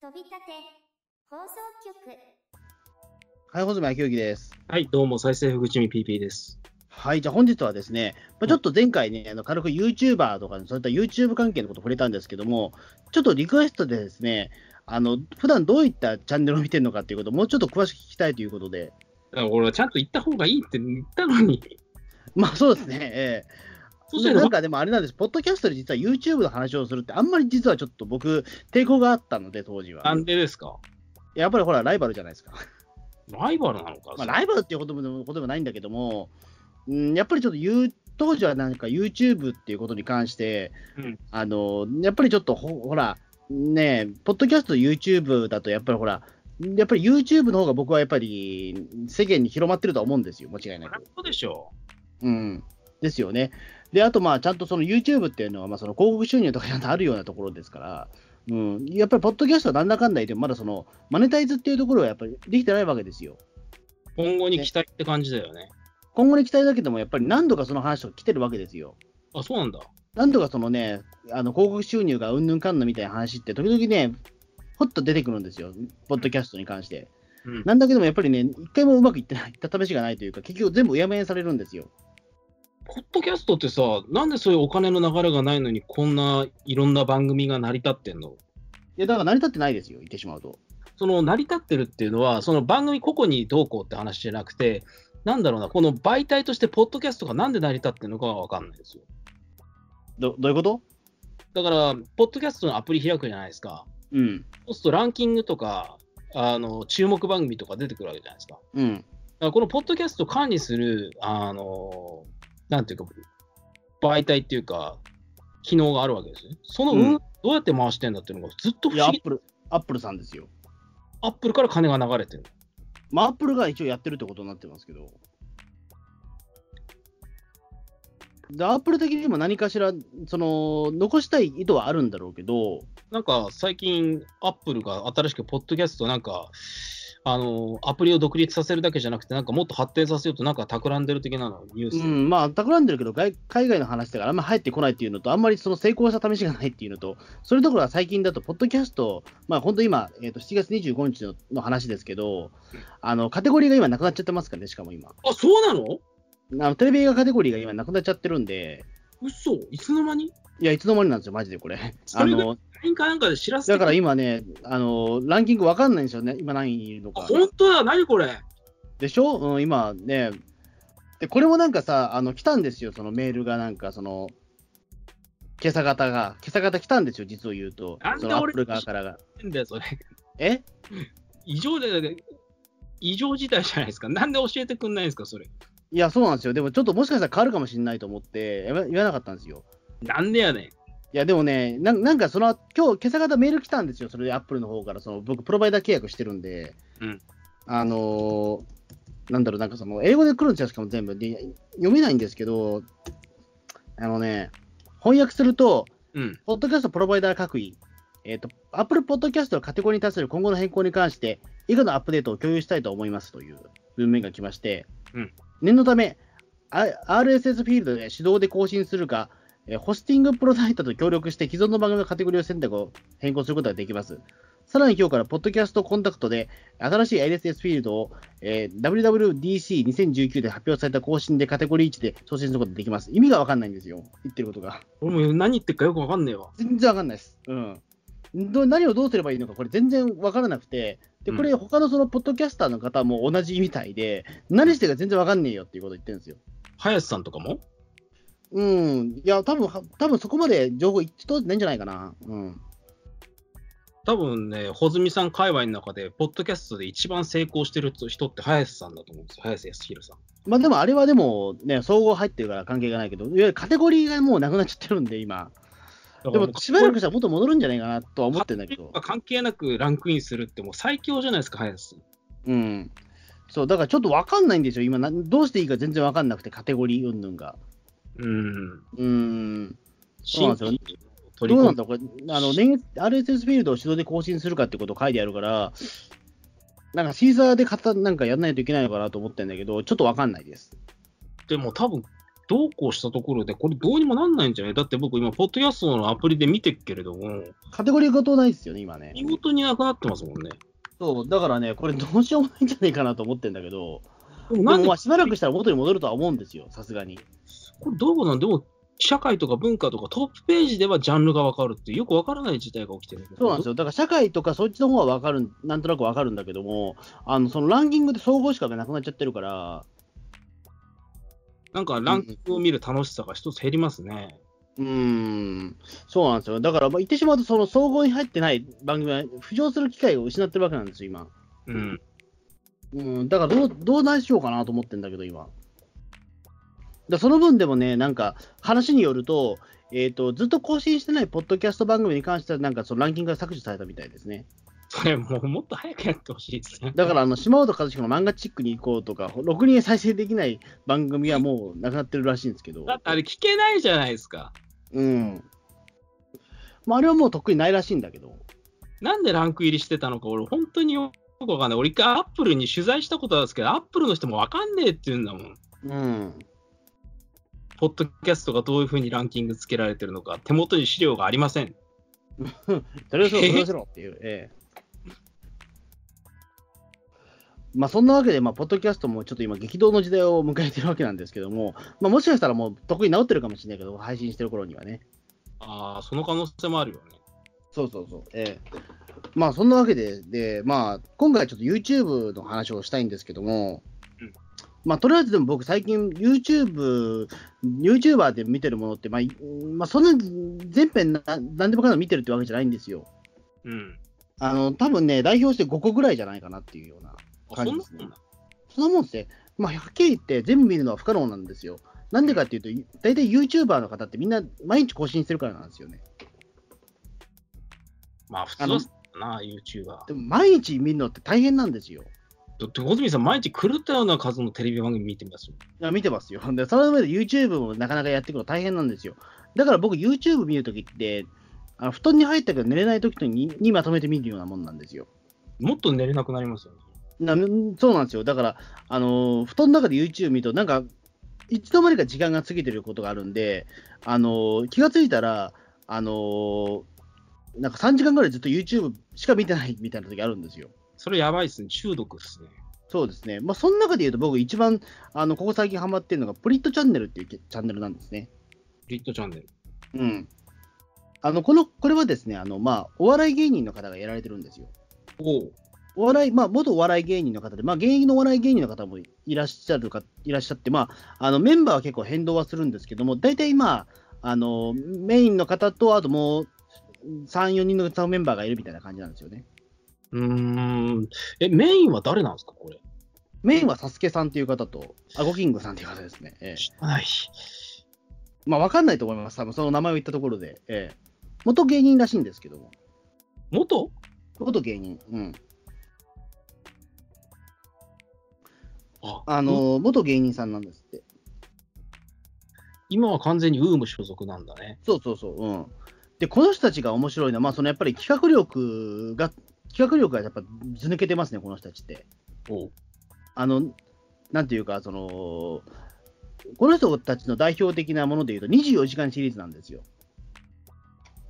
飛び立て放送局はい、ホズマ野球議です。はい、どうも、再生福地味 PP です。はい、じゃあ本日はですね、まあ、ちょっと前回ね、あの軽く YouTuber とか、そういった YouTube 関係のこと触れたんですけども、ちょっとリクエストでですね、あの普段どういったチャンネルを見てるのかっていうことをもうちょっと詳しく聞きたいということで、だから俺はちゃんと行った方がいいって言ったのに。まあそうですね、ええそしたらなんかでもあれなんです、ポッドキャストで実は YouTube の話をするって、あんまり実はちょっと僕、抵抗があったので、当時は な。んでですかやっぱりほら、ライバルじゃないですか。ライバルなのか、まあ、ライバルっていうことでもことでもないんだけども、うん、やっぱりちょっと言う当時はなんか YouTube っていうことに関して、うんあのやっぱりちょっとほほら、ねえ、ポッドキャスト、YouTube だと、やっぱりほら、やっぱり YouTube の方が僕はやっぱり世間に広まってるとは思うんですよ、間違いなそりゃく。そうでしょうん、ですよね。で、あと、まあちゃんとその YouTube っていうのは、まあ、その広告収入とかちゃんとあるようなところですから、うん、やっぱりポッドキャストはなんだかんだ言っても、まだそのマネタイズっていうところはやっぱりできてないわけですよ。う。今後に期待って感じだよね。今後に期待だけども、やっぱり何度かその話とか来てるわけですよ。あ、そうなんだ。何度かそのね、あの広告収入がうんぬんかんぬんみたいな話って、時々ね、ほっと出てくるんですよ、ポッドキャストに関して。うん。なんだけども、やっぱりね、一回もうまくいってない、いった試しがないというか、結局全部うやむやにされるんですよ。ポッドキャストってさ、なんでそういうお金の流れがないのに、こんないろんな番組が成り立ってんのいや、だから成り立ってないですよ、言ってしまうと。その成り立ってるっていうのは、その番組個々にどうこうって話じゃなくて、なんだろうな、この媒体として、ポッドキャストがなんで成り立ってるのかは分かんないですよ。どどういうことだから、ポッドキャストのアプリ開くじゃないですか。うん、そうするとランキングとか、あの注目番組とか出てくるわけじゃないですか。だかうん、らこのポッドキャストを管理する、あの、なんていうか、媒体っていうか、機能があるわけですよね。その運、うんどうやって回してんだっていうのがずっとい不や、ア思ッ議。プル、アップルさんですよ。アップルから金が流れてる。まあ、アップルが一応やってるってことになってますけど。でアップル的にも何かしら、その、残したい意図はあるんだろうけど、なんか最近、アップルが新しくポッドキャストなんか、あのアプリを独立させるだけじゃなくて、なんかもっと発展させようと、なんか企んでる的なのニュースうで、ん、まあ、企んでるけど外、海外の話だからあんまり入ってこないっていうのと、あんまりその成功した試しがないっていうのと、それどころか最近だと、ポッドキャスト、まあ、本当今、えー、と7月25日のの話ですけど、あの、カテゴリーが今なくなっちゃってますからね、しかも今。あそうなのあのテレビ映画カテゴリーが今なくなっちゃってるんで、嘘いつの間にいや、いつの間になんですよ、マジでこれ。そあれぐらいの、 ?LINE かなんかで知らせてだくかれら今ね、あの、ランキングわかんないんですよね、今何位いるのあか。本当だ、何これ。でしょ、うん、今ね。で、これもなんかさ、あの、来たんですよ、そのメールがなんか、その、今朝方が、今朝方来たんですよ、実を言うとな。んでそのアッ俺プル側からが。なんだよ、それ。え異常で、異常事態じゃないですか。なんで教えてくんないんですか、それ。いや、そうなんですよ。でも、ちょっともしかしたら変わるかもしれないと思って、やめ言わなかったんですよ。なんでやねん。いや、でもね、なんなんかその、今日、今朝方メール来たんですよ、それでアップルの方から、その僕、プロバイダー契約してるんで、うんあのーなんだろう、なんかその、英語で来るんですよ、しかも全部。で、読めないんですけど、あのね、翻訳すると、うん。ポッドキャストプロバイダー各位、えっ、と、Apple Podcast のカテゴリーに対する今後の変更に関して、以下のアップデートを共有したいと思いますという文面が来まして、うん念のため、あ RSS フィールドで手動で更新するか、えーホスティングプロダイターと協力して既存の番組のカテゴリーを選択を変更することができます。さらに今日から、ポッドキャストコンタクトで、新しい RSS フィールドを、えー WWDC2019 で発表された更新でカテゴリー1で送信することができます。意味がわかんないんですよ。言ってることが。俺も何言ってるかよくわかんねえわ。全然わかんないです。うん。ど何をどうすればいいのか、これ全然わからなくて、で、これ、他のそのポッドキャスターの方も同じみたいで、何してるか全然わかんねえよっていうこと言ってるんですよ。林さんとかもうん。いや、多分は多分そこまで情報一通ってないんじゃないかな。うん。多分ね、穂積さん界隈の中で、ポッドキャストで一番成功してる人って林さんだと思うんですよ。林康弘さん。まあでも、あれはでも、ね、総合入ってるから関係がないけど、いわゆるカテゴリーがもうなくなっちゃってるんで、今。だでからも、しばらくしたらもっと戻るんじゃないかなとは思ってるんだけど。関係なくランクインするってもう最強じゃないですか、林さん。うん。そう、だからちょっとわかんないんですよ。今、などうしていいか全然わかんなくて、カテゴリー云々が。うん。うん。そうな新んですよ規取どりうな込んんだだこれあの年月 RSS フィールドを手動で更新するかってこと書いてあるから、なんかシーザーで型なんかやらないといけないのかなと思ってんだけど、ちょっとわかんないです。でも多分、どうこうしたところで、これどうにもなんないんじゃないだって僕今、ポッドキャストのアプリで見てっけれども、カテゴリーごとないですよね、今ね。見事になくなってますもんね。そう、だからね、これどうしようもないんじゃないかなと思ってんだけど、でもななんんでまあしばらくしたら元に戻るとは思うんですよ、さすがに。これどういうことなんでも社会とか文化とかトップページではジャンルが分かるっていうよく分からない事態が起きてるそうなんですよよ。だから社会とかそっちの方はわかるん、なんとなくわかるんだけども、あの、そのランキングで総合資格がなくなっちゃってるから、なんかランキングを見る楽しさが一つ減りますね、うーん、そうなんですよ。だから、まあ言ってしまうと、その総合に入ってない番組は浮上する機会を失ってるわけなんですよ、今。うんうん、だからどう、どうなしようかなと思ってんだけど、今。だその分でもね、なんか、話によると、えっ、と、ずっと更新してないポッドキャスト番組に関しては、なんか、そのランキングが削除されたみたいですね。それもうもっと早くやってほしいですねだから、あの、島本和彦の漫画チックに行こうとか、ろくに再生できない番組はもうなくなってるらしいんですけどだ。ってあれ聞けないじゃないですかうん。まあ、あれはもうとっくにないらしいんだけど。なんでランク入りしてたのか俺本当によく分かんない俺一回アップルに取材したことあるんですけどアップルの人も分かんねえって言うんだもんうん。ポッドキャストがどういうふうにランキングつけられてるのか手元に資料がありませんとりあえずそれをしろっていう。ええまあそんなわけで、まあ、ポッドキャストもちょっと今、激動の時代を迎えてるわけなんですけども、まあ、もしかしたらもう、得意治ってるかもしれないけど、配信してる頃にはね。ああその可能性もあるよねそうそうそう。ええまあそんなわけで、でまあ、今回ちょっと YouTube の話をしたいんですけども、うんまあ、とりあえずでも僕、最近 YouTube、YouTuber で見てるものって、まあ、いまあ、そんな全編な何でもかんでも見てるってわけじゃないんですよ。うんあの多分ね、代表して5個ぐらいじゃないかなっていうような、あ感そじんですねなもんだそんなもんですね、まあ、はっきり言って全部見るのは不可能なんですよ。なんでかっていうと、大体 YouTuber の方ってみんな毎日更新してるからなんですよね。まあ普通はそうだな YouTuber でも毎日見るのって大変なんですよ。だって小泉さん、毎日狂ったような数のテレビ番組見てますよ。いや見てますよ。で、その上で YouTube もなかなかやっていくの大変なんですよ。だから僕、YouTube 見るときって、あの布団に入ったけど寝れないときににまとめて見るようなもんなんですよ。もっと寝れなくなりますよね。なそうなんですよ。だから、あのー布団の中で YouTube 見ると、なんか、いつの間にか時間が過ぎてることがあるんで、あのー気がついたら、あのーなんか3時間ぐらいずっと YouTube しか見てないみたいな時あるんですよ。それやばいっすね。中毒っすね。そうですね。まあ、その中で言うと、僕、一番、あの、ここ最近ハマってるのが、プリットチャンネルっていうチャンネルなんですね。リットチャンネル。うん。あの、この、これはですね、あの、まあ、お笑い芸人の方がやられてるんですよ。おうお笑い、まあ、元お笑い芸人の方で、まあ、現役のお笑い芸人の方もいらっしゃるか、いらっしゃって、まあ、あの、メンバーは結構変動はするんですけども、大体今、あの、メインの方と、あともう、3、4人の歌うメンバーがいるみたいな感じなんですよね。うーん。え、メインは誰なんですか、これ。メインはサスケさんという方と、アゴキングさんという方ですね。ええ知らない。まあ、わかんないと思います。多分、その名前を言ったところで。ええ元芸人らしいんですけども。元元芸人。うん。ああ、の、元芸人さんなんですって。今は完全にウーム所属なんだね。そうそうそう。うん。で、この人たちが面白いのは、まあ、そのやっぱり企画力が、企画力がやっぱず抜けてますね、この人たちって。おうあの、なんていうか、その、この人たちの代表的なものでいうと、24時間シリーズなんですよ。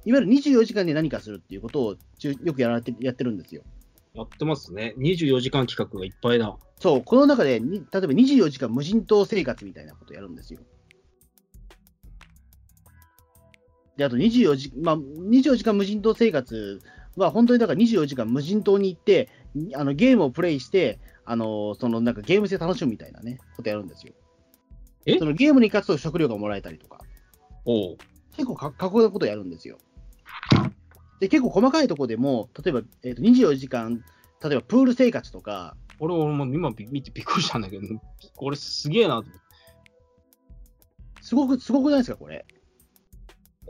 いわゆる24時間で何かするっていうことをちゅよくやられてやってるんですよ。やってますね。24時間企画がいっぱいだ。そう、この中でに、例えば24時間無人島生活みたいなことやるんですよ。で、あと24時,、まあ、24時間無人島生活は、本当にだから24時間無人島に行って、にあのゲームをプレイして、あのそのなんかゲーム性楽しむみたいなね、ことやるんですよ。えそのゲームに勝つと食料がもらえたりとか、おう結構か過酷なことやるんですよ。で、結構細かいところでも、例えば、えー、と24時間、例えばプール生活とか、俺、俺も今び見てびっくりしたんだけど、これすげえなと思って。すごく、すごくないですか、これ。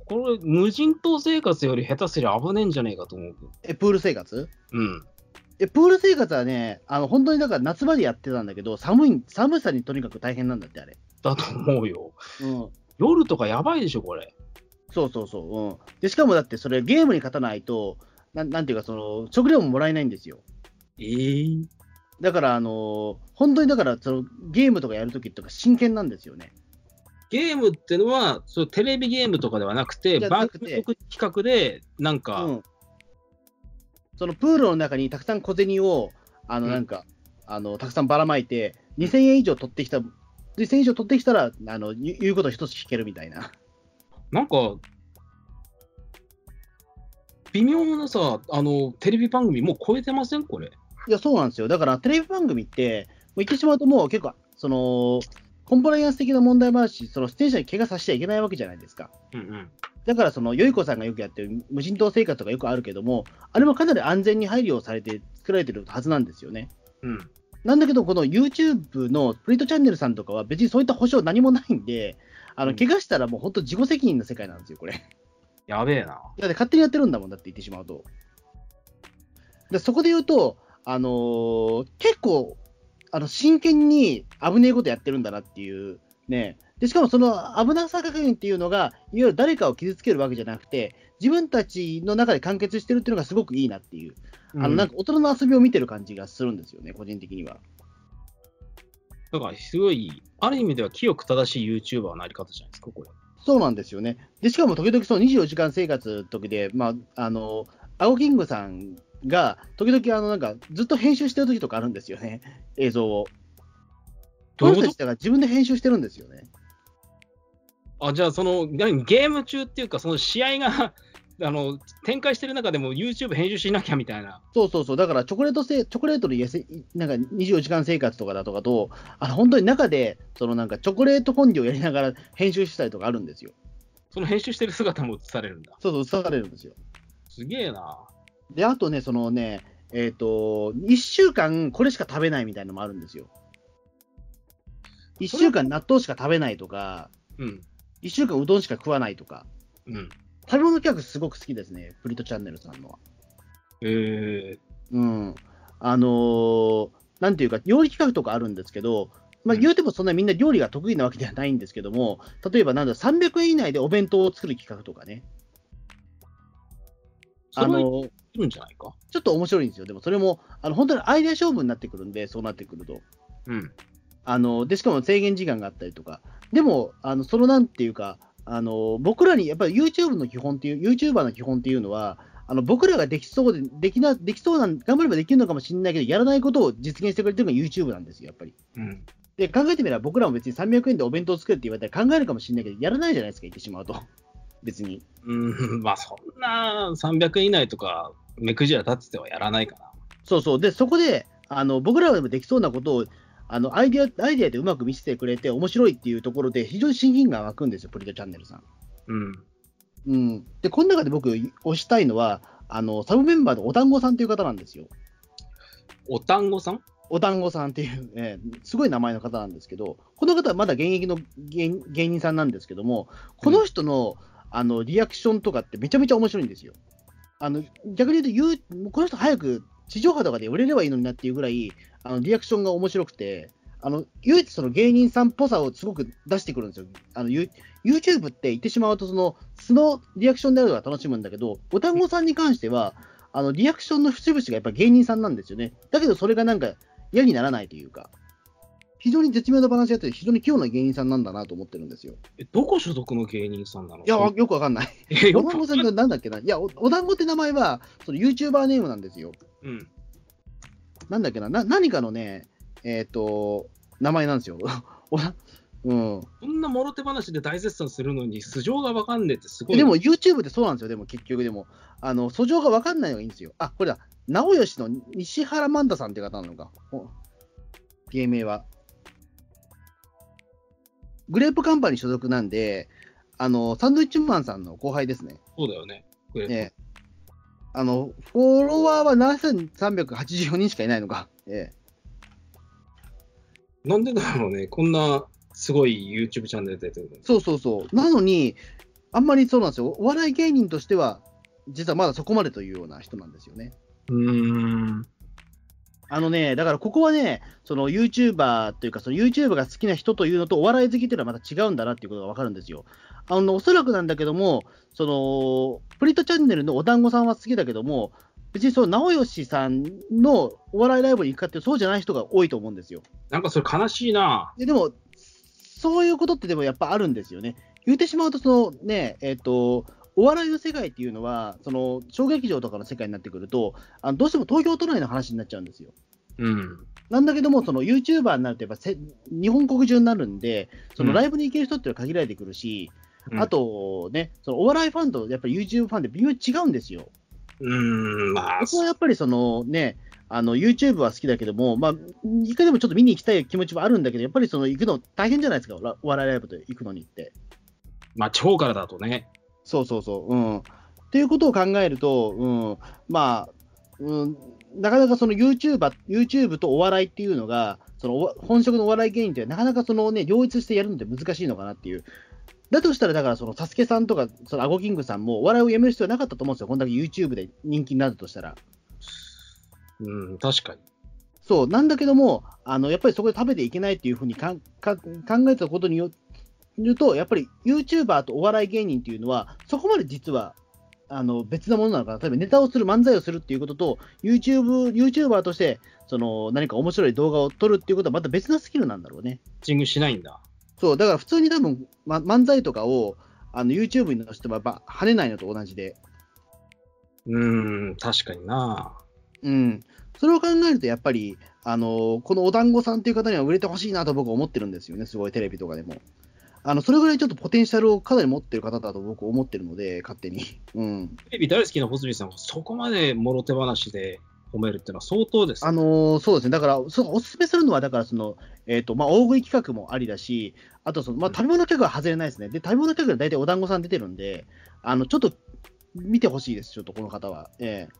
これ、無人島生活より下手すりゃ危ねえんじゃねえかと思う。え、プール生活うん。え、プール生活はね、あの、本当にだから夏場でやってたんだけど、寒い、寒さにとにかく大変なんだって、あれ。だと思うよ。うん。夜とかやばいでしょ、これ。そうそうそう。うん。で、しかもだって、それゲームに勝たないと、なんなんていうか、その、食料ももらえないんですよ。えー、だから、あのー本当にだから、その、ゲームとかやるときとか真剣なんですよね。ゲームってのは、そうテレビゲームとかではなくて、じゃな番くて組企画で、なんか、うん、そのプールの中にたくさん小銭をあのうんなんか、あのたくさんばらまいて2000円以上取ってきた2000円以上取ってきたらあの言う言うこと一つ聞けるみたいななんか、微妙なさ、あの、テレビ番組もう超えてませんこれ。いやそうなんですよだからテレビ番組ってもう言ってしまうともう結構そのコンプライアンス的な問題もあるしその出演者に怪我させちゃいけないわけじゃないですかうんうん。だからそのよい子さんがよくやってる無人島生活とかよくあるけどもあれもかなり安全に配慮をされて作られてるはずなんですよねうん。なんだけど、この YouTube のプリートチャンネルさんとかは別にそういった保証何もないんで、あうのん怪我したらもう本当自己責任の世界なんですよ、これ。やべえな。だって勝手にやってるんだもんだって言ってしまうと。でそこで言うと、あのー結構あの真剣に危ねえことやってるんだなっていう、ね、でしかもその危なさ加減っていうのが、いわゆる誰かを傷つけるわけじゃなくて、自分たちの中で完結してるっていうのがすごくいいなっていう、あのなんか大人の遊びを見てる感じがするんですよね、個人的には。だから、すごい、ある意味では清く正しい YouTuber のあり方じゃないですか、これ。そうなんですよね。で、しかも時々その24時間生活の時で、まあ、あの、青キングさんが、時々あの、なんか、ずっと編集してる時とかあるんですよね。映像を。どういこのうこと人たちだから自分で編集してるんですよね。あ、じゃあ、その、何ゲーム中っていうか、その試合が、 あの、展開してる中でも YouTube 編集しなきゃみたいな。そうそうそう。だから、チョコレートせ、チョコレートのやせ、なんか24時間生活とかだとかと、あの、本当に中で、そのなんか、チョコレートコンデをやりながら編集したりとかあるんですよ。その編集してる姿も映されるんだ。そうそう、映されるんですよ。すげえな。で、あとね、そのね、えっ、と、1週間これしか食べないみたいなのもあるんですよ。1週間納豆しか食べないとか、うん。 1週間うどんしか食わないとか、うん。食べ物企画すごく好きですね、プリートチャンネルさんのは。えー、うん。あのーなんていうか、料理企画とかあるんですけど、まあ、うん言うてもそんなみんな料理が得意なわけではないんですけども、例えばなんだ、300円以内でお弁当を作る企画とかね、そあのれはいーるんじゃないか。ちょっと面白いんですよ。でもそれも、あの本当にアイデア勝負になってくるんで、そうなってくると。うん。あのでしかも制限時間があったりとか、でも、あのそのなんていうか、あの僕らにやっぱり YouTube の基本っていう、YouTuber の基本っていうのは、あの僕らができそうで、できな、できそうなん、頑張ればできるのかもしれないけど、やらないことを実現してくれてるのが YouTube なんですよ、やっぱり。うん。で、考えてみれば、僕らも別に300円でお弁当作るって言われたら考えるかもしれないけど、やらないじゃないですか、言ってしまうと。 別に。うん、まあそんな300円以内とか、目くじら立っててはやらないかな。そうそう。で、そこで、あの僕らでもできそうなことを、あのアイデア、アイデアでうまく見せてくれて、面白いっていうところで、非常に親近感が湧くんですよ、プリトチャンネルさん。うん。うん、で、この中で僕、推したいのは、あのサブメンバーのお団子さんという方なんですよ。お単語さんお団子さんっていう、えーすごい名前の方なんですけど、この方はまだ現役の芸芸人さんなんですけども、この人の,、あのリアクションとかってめちゃめちゃ面白いんですよ。あの逆に言うと、ゆうこの人、早く地上波とかで売れればいいのになっていうぐらい、あのリアクションが面白くて、あの唯一その芸人さんっぽさをすごく出してくるんですよ。あのユ YouTube って言ってしまうと、その素のリアクションであるのが楽しむんだけど、お団子さんに関しては、あのリアクションの節々がやっぱ芸人さんなんですよね。だけどそれがなんか嫌にならないというか、非常に絶妙なバランスやってて、非常に器用な芸人さんなんだなと思ってるんですよ。え、どこ所属の芸人さんないのや、わよくわかんない。え、およ団く子さんってなんだっけないや、おお団子って名前は、その YouTuber ネームなんですよ。うん。なんだっけな、な何かのね、えっ、と、名前なんですよ。 おうん、こんなもろ手話で大絶賛するのに、素性がわかんねえってすごい。でも YouTube ってそうなんですよ、でも結局でも、あの訴状が分かんないのがいいんですよ。あ、これだ、直吉の西原万太さんって方なのか、お芸名は。グレープカンパニー所属なんで、あのサンドウィッチマンさんの後輩ですね。そうだよね。これええあのフォロワーは7384人しかいないのか。ええなんでだろうね。こんなすごい YouTube チャンネル出てるのにそうそうそう。なのに、あんまりそうなんですよ。お笑い芸人としては、実はまだそこまでというような人なんですよね。うーん。あのね、だからここはね、その YouTuber というか、その YouTube が好きな人というのと、お笑い好きというのはまた違うんだなっていうことが分かるんですよ。あのおそらくなんだけども、そのプリットチャンネルのお団子さんは好きだけども、別にその直義さんのお笑いライブに行くかっていう、そうじゃない人が多いと思うんですよ。なんかそれ悲しいな。ででも、そういうことってでもやっぱあるんですよね。言ってしまうと、そのね、えっ、と、お笑いの世界っていうのは、その小劇場とかの世界になってくると、あのどうしても東京都内の話になっちゃうんですよ。うん。なんだけども、その YouTuber になると、やっぱせ日本国中になるんで、そのうんライブに行ける人っていうのは限られてくるし、うんあとね、そのお笑いファンとやっぱり YouTube ファンって微妙に違うんですよ。うーん、まあ、僕はやっぱりそのね、あの YouTube は好きだけども、まあ、一回でもちょっと見に行きたい気持ちはあるんだけど、やっぱりその行くの大変じゃないですか、おらお笑いライブで行くのにって。まあ、地方からだとね。そうそうそう。うん。っていうことを考えると、うん、まあ、うん、なかなかその YouTuber、YouTube とお笑いっていうのが、そのお本職のお笑い芸人ってなかなかそのね、両立してやるのって難しいのかなっていう。だとしたら、だから、その、サスケさんとか、その、アゴキングさんも、お笑いをやめる必要はなかったと思うんですよ。こんだけ YouTube で人気になるとしたら。うん、確かに。そう、なんだけども、あのやっぱりそこで食べていけないっていうふうにかんか考えたことによると、やっぱり YouTuber とお笑い芸人っていうのは、そこまで実はあの別なものなのかな、例えばネタをする、漫才をするっていうことと、YouTube YouTuber としてその何か面白い動画を撮るっていうことは、また別なスキルなんだろうね。ピッチングしないんだ。そう、だから普通に多分、ま、漫才とかをあの YouTube に出してもやっぱ跳ねないのと同じで。うーん、確かにな。うん、それを考えると、やっぱり、あのこのお団子さんという方には売れてほしいなと僕は思ってるんですよね、すごいテレビとかでも。あのそれぐらいちょっとポテンシャルをかなり持ってる方だと僕思ってるので、勝手に。うん、テレビ大好きな穂積さんがそこまでもろ手話で褒めるっていうのは相当です。あのそうですね、だから、そうおすすめするのは、だからその、えーとまあ、大食い企画もありだし、あとその、まあ、食べ物企画は外れないですね。で、食べ物企画は大体お団子さん出てるんで、あのちょっと見てほしいです、ちょっとこの方は。ええ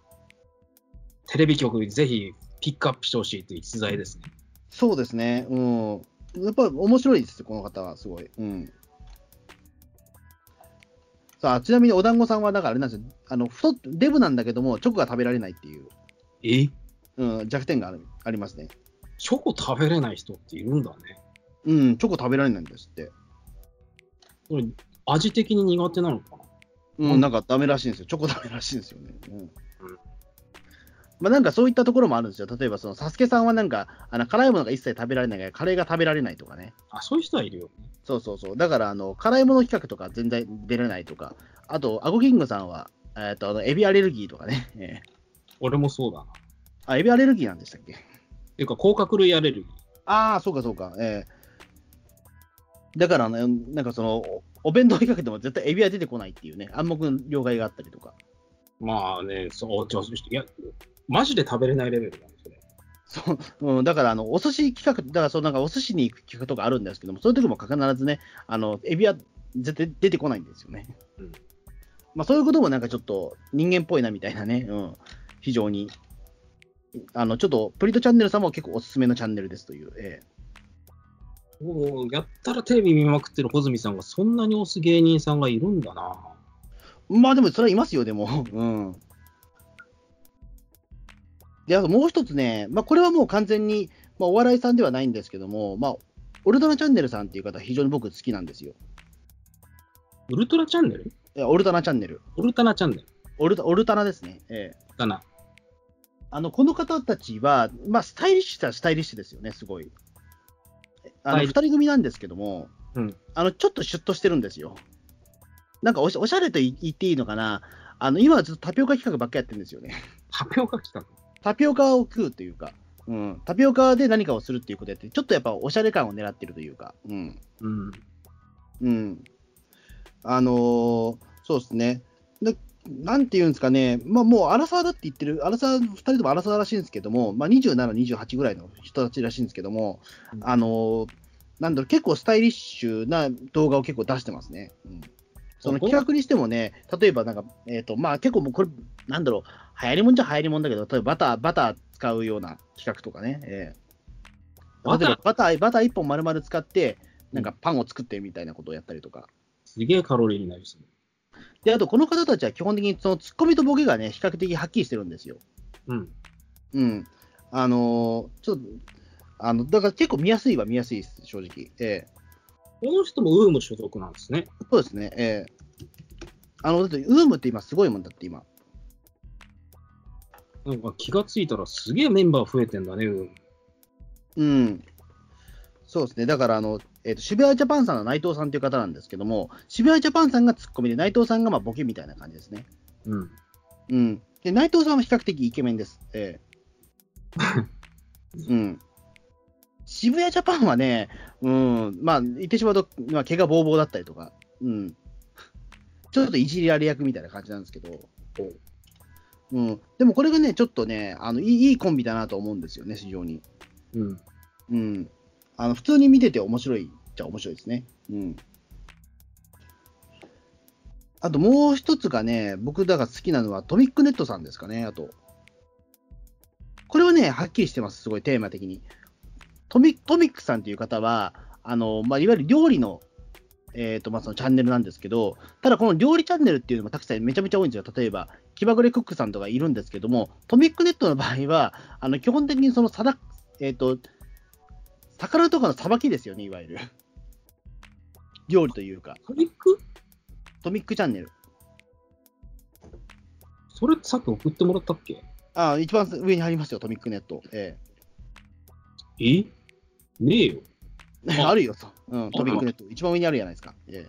テレビ局ぜひピックアップしてほしいという逸材ですね。そうですね、うん。やっぱ面白いです、この方は、すごい。うん。さあ、ちなみにお団子さんは、だからあれなんですよ、あの太っデブなんだけども、チョコが食べられないっていう、えうん、弱点があるありますね。チョコ食べれない人っているんだね。うん、チョコ食べられないんですって。これ味的に苦手なのかなう、うんんなんかダメらしいんですよ。チョコダメらしいんですよね。うん。まあなんかそういったところもあるんですよ。例えば、その、サスケさんはなんか、あの、辛いものが一切食べられないから、カレーが食べられないとかね。あ、そういう人はいるよね。そうそうそう。だから、あの、辛いもの企画とか全然出れないとか、あと、アゴキングさんは、えっ、と、あの、エビアレルギーとかね。 ええ俺もそうだな。あ、エビアレルギーなんでしたっけていうか、甲殻類アレルギー。ああ、そうかそうか。ええだから、ね、なんかその、おお弁当企画でも絶対エビは出てこないっていうね、暗黙の了解があったりとか。まあね、そう、じゃあいや、マジで食べれないレベルなんですね。そう、うん、だから、あの、お寿司企画、だから、そう、なんかお寿司に行く企画とかあるんですけども、そういう時も必ずね、あの、エビは絶対出てこないんですよね。うんまあ、そういうこともなんかちょっと人間っぽいなみたいなね、うん、非常に。あの、ちょっと、プリートチャンネルさんも結構おすすめのチャンネルですという。ええもうやったらテレビ見まくってる穂積さんがそんなに推す芸人さんがいるんだな。まあ、でも、それはいますよ、でも。 うん。で、あともう一つね、まあ、これはもう完全に、まあ、お笑いさんではないんですけども、まあ、オルタナチャンネルさんっていう方、非常に僕好きなんですよ。ウルトラチャンネルいやオルタナチャンネル。ウルタナチャンネルオルタオルタナですね、ええだな。あのこの方たちは、まあ、スタイリッシュはスタイリッシュですよね、すごい。あのはい2人組なんですけども、うんあのちょっとシュッとしてるんですよ。なんかおしおしゃれとい言っていいのかな、あの今はずっとタピオカ企画ばっかりやってるんですよね。タピオカ来たのタピオカを食うというか、うん、タピオカで何かをするっていうことやって、ちょっとやっぱおしゃれ感を狙ってるというか。うんうん。うん。あのーそうですね。でなんていうんですかね、まあ、もう、アラサーだって言ってる、アラサー、2人ともアラサーらしいんですけども、まあ、27、28ぐらいの人たちらしいんですけども、うんあのーなんだろう、結構スタイリッシュな動画を結構出してますね。うんそのそこ企画にしてもね、例えばなんか、えっ、と、まあ結構もうこれ、なんだろう、流行りもんじゃ流行りもんだけど、例えばバター、バター使うような企画とかね、ええバター例えばバター、バター1本丸々使って、なんかパンを作ってみたいなことをやったりとか。すげえカロリーになりそう。で、あとこの方たちは基本的にそのツッコミとボケがね、比較的はっきりしてるんですよ。うん。うん。あのーちょっと、あの、だから結構見やすいは見やすいです、正直。ええこの人もウーム所属なんですね。そうですね、ええあの、だって、ウームって今すごいもんだって、今。なんか気がついたらすげえメンバー増えてんだね、ウーム。うん。そうですね、だからあの、えーと、渋谷ジャパンさんの内藤さんという方なんですけども、渋谷ジャパンさんがツッコミで、内藤さんがまあボケみたいな感じですね。うん。うん、で内藤さんは比較的イケメンです。ええうん、渋谷ジャパンはね、うんまあ、言ってしまうと、まあ、毛がボーボーだったりとか、うん、ちょっといじりられ役みたいな感じなんですけど、うん、でもこれがね、ちょっとねあのいい、いいコンビだなと思うんですよね、非常に。うん。うん、あの普通に見てて面白いっちゃ面白いですね。うん、あともう一つがね、僕だが好きなのはトミックネットさんですかね、あと。これはね、はっきりしてます、すごいテーマ的に。トミトミックさんという方は、あのまあ、いわゆる料理の,、えーとまあそのチャンネルなんですけど、ただこの料理チャンネルっていうのもたくさんめちゃめちゃ多いんですよ。例えば、気まぐれクックさんとかいるんですけども、トミックネットの場合は、あの基本的にそのさだ、えー、と魚とかのさばきですよね、いわゆる。料理というか、トミックトミックチャンネル。それさっき送ってもらったっけああ、一番上にありますよ、トミックネット。ええねえよ。え ああるよ、そううん、トミックネット。一番上にあるじゃないですか。ええ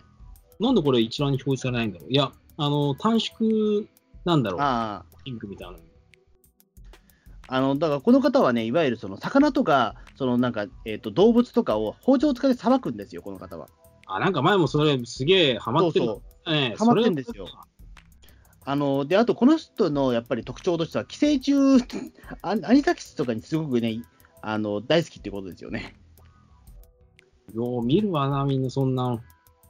なんでこれ一覧に表示されないんだろういや、あの、短縮なんだろう。ああリンクみたいなの。あのだからこの方はね、いわゆるその魚とか、そのなんか、えっと動物とかを包丁を使ってさばくんですよ、この方は。あ、なんか前もそれすげえハマってる。そうそうええハマってんですよ。あのであと、この人のやっぱり特徴としては、寄生虫、 アアニサキスとかにすごくね、あの大好きっていうことですよね。それよう見るわな、みんなそんなの。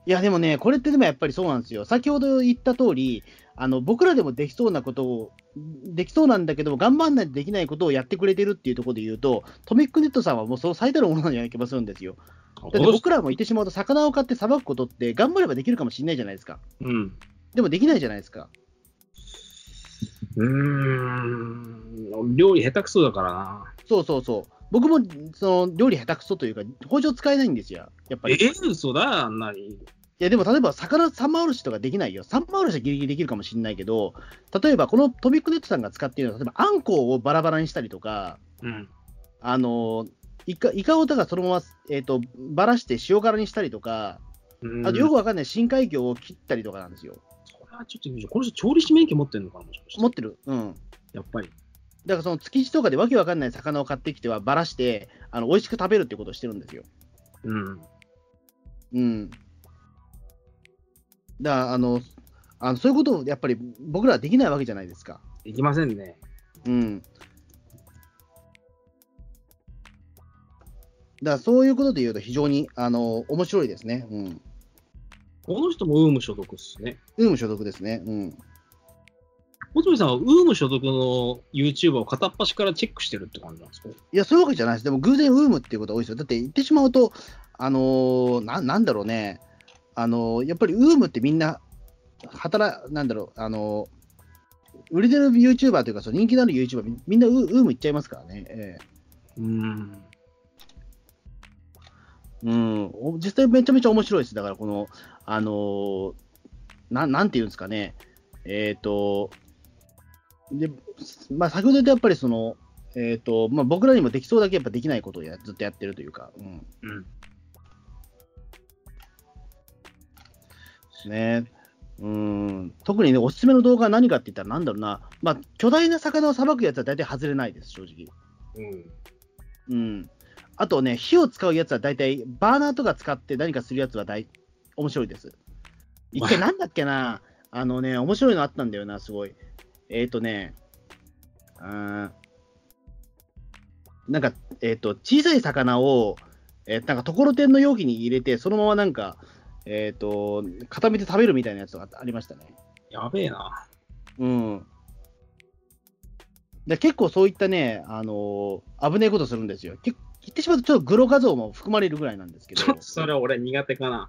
いやでもね、これってでもやっぱりそうなんですよ、先ほど言った通り、あの僕らでもできそうなことを、できそうなんだけども、頑張んないとできないことをやってくれてるっていうところで言うと、トミックネットさんはもうその最たるものなんじゃない気もするんですよ。だって僕らも言ってしまうと、魚を買ってさばくことって、頑張ればできるかもしれないじゃないですか。うん。でもできないじゃないですか。うーん。料理下手くそだからな。そうそうそう。僕もその料理下手くそというか、包丁使えないんですよ、やっぱえり。いえ嘘だ、あんなに。やでも例えば、魚三枚おろしとかできないよ。三枚おろしはギリギリできるかもしれないけど、例えばこのトミックネットさんが使っているのは、例えばあんこをバラバラにしたりとか、うん。あのイカイカをだからそのまま、えー、とばらして塩辛にしたりとか、うんあとよくわかんない深海魚を切ったりとかなんですよ。それはちょっと、この人調理師免許持ってんのかな、もしかして。持ってる、うん、やっぱり。だからその築地とかでわけわかんない魚を買ってきてはばらしてあの美味しく食べるってことをしてるんですよ。うん。うん、だからあのあのそういうことをやっぱり僕らはできないわけじゃないですか。できませんね。うんだからそういうことで言うと非常にあの面白いですね。うん。この人もウーム所属っすね。ウーム所属ですね。うん。小鳥さんはウーム所属の YouTuber を片っ端からチェックしてるって感じなんですかいや、そういうわけじゃないです。でも偶然ウームっていうことが多いですよ。だって言ってしまうと、あのーななんだろうね、あのーやっぱりウームってみんな、働、なんだろう、あのー売れてる YouTuber というか、その人気のある YouTuber、みみんなウウーム行っちゃいますからね。ええうん。うん、お実際めちゃめちゃ面白いです。だから、この、あのーな、なんていうんですかね、えっ、と、で、まあ、先ほど言ったやっぱりその、えっ、と、まあ、僕らにもできそうだけやっぱできないことをやずっとやってるというか、うん。うん。ね。うん特にね、おすすめの動画は何かって言ったら、なんだろうな、まあ、巨大な魚をさばくやつは大体外れないです、正直。うん。うん、あとね、火を使うやつは大体、バーナーとか使って何かするやつは大面白いです。一回、なんだっけな、あのね、面白いのあったんだよな、すごい。えっ、とね、うーんなんか、えっ、と、小さい魚を、えーなんか、ところてんの容器に入れて、そのままなんか、えっ、と、固めて食べるみたいなやつとかありましたね。やべえな。うん。で結構そういったね、あのー危ねえことするんですよ。け言ってしまうと、ちょっとグロ画像も含まれるぐらいなんですけど、ちょっと それ俺苦手かな。